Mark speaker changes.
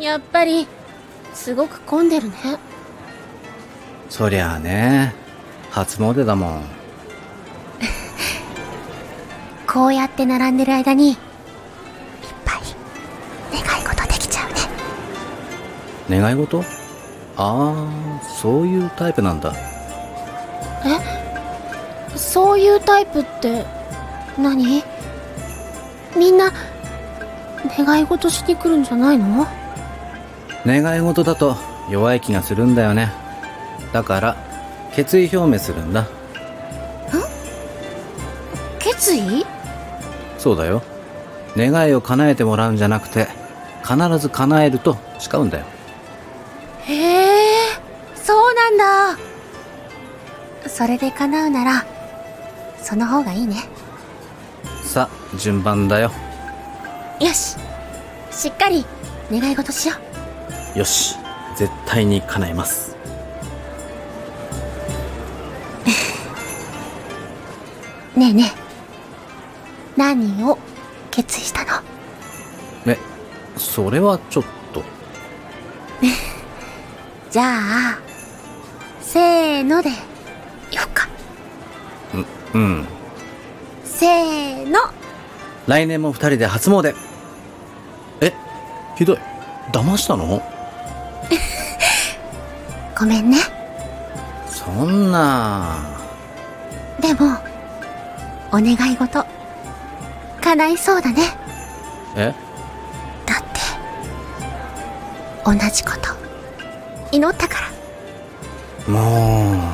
Speaker 1: やっぱりすごく混んでるね
Speaker 2: そりゃあね初詣だもん
Speaker 1: こうやって並んでる間にいっぱい願い事できちゃうね
Speaker 2: 願い事ああそういうタイプなんだ
Speaker 1: そういうタイプって何みんな願い事しに来るんじゃないの
Speaker 2: 願い事だと弱い気がするんだよねだから決意表明するんだ
Speaker 1: 決意
Speaker 2: そうだよ願いを叶えてもらうんじゃなくて必ず叶えると誓うんだよ
Speaker 1: へえそうなんだそれで叶うならその方がいいね
Speaker 2: さあ順番だよ
Speaker 1: よししっかり願い事しよう
Speaker 2: よし絶対に叶えます
Speaker 1: ねえねえ何を決意したの
Speaker 2: えそれはちょっと
Speaker 1: じゃあせーのでよっか
Speaker 2: うん
Speaker 1: せーの
Speaker 2: 来年も二人で初詣えひどい騙したの
Speaker 1: ごめんね
Speaker 2: そんな
Speaker 1: でもお願い事叶いそうだね
Speaker 2: え
Speaker 1: だって同じこと祈ったから
Speaker 2: もう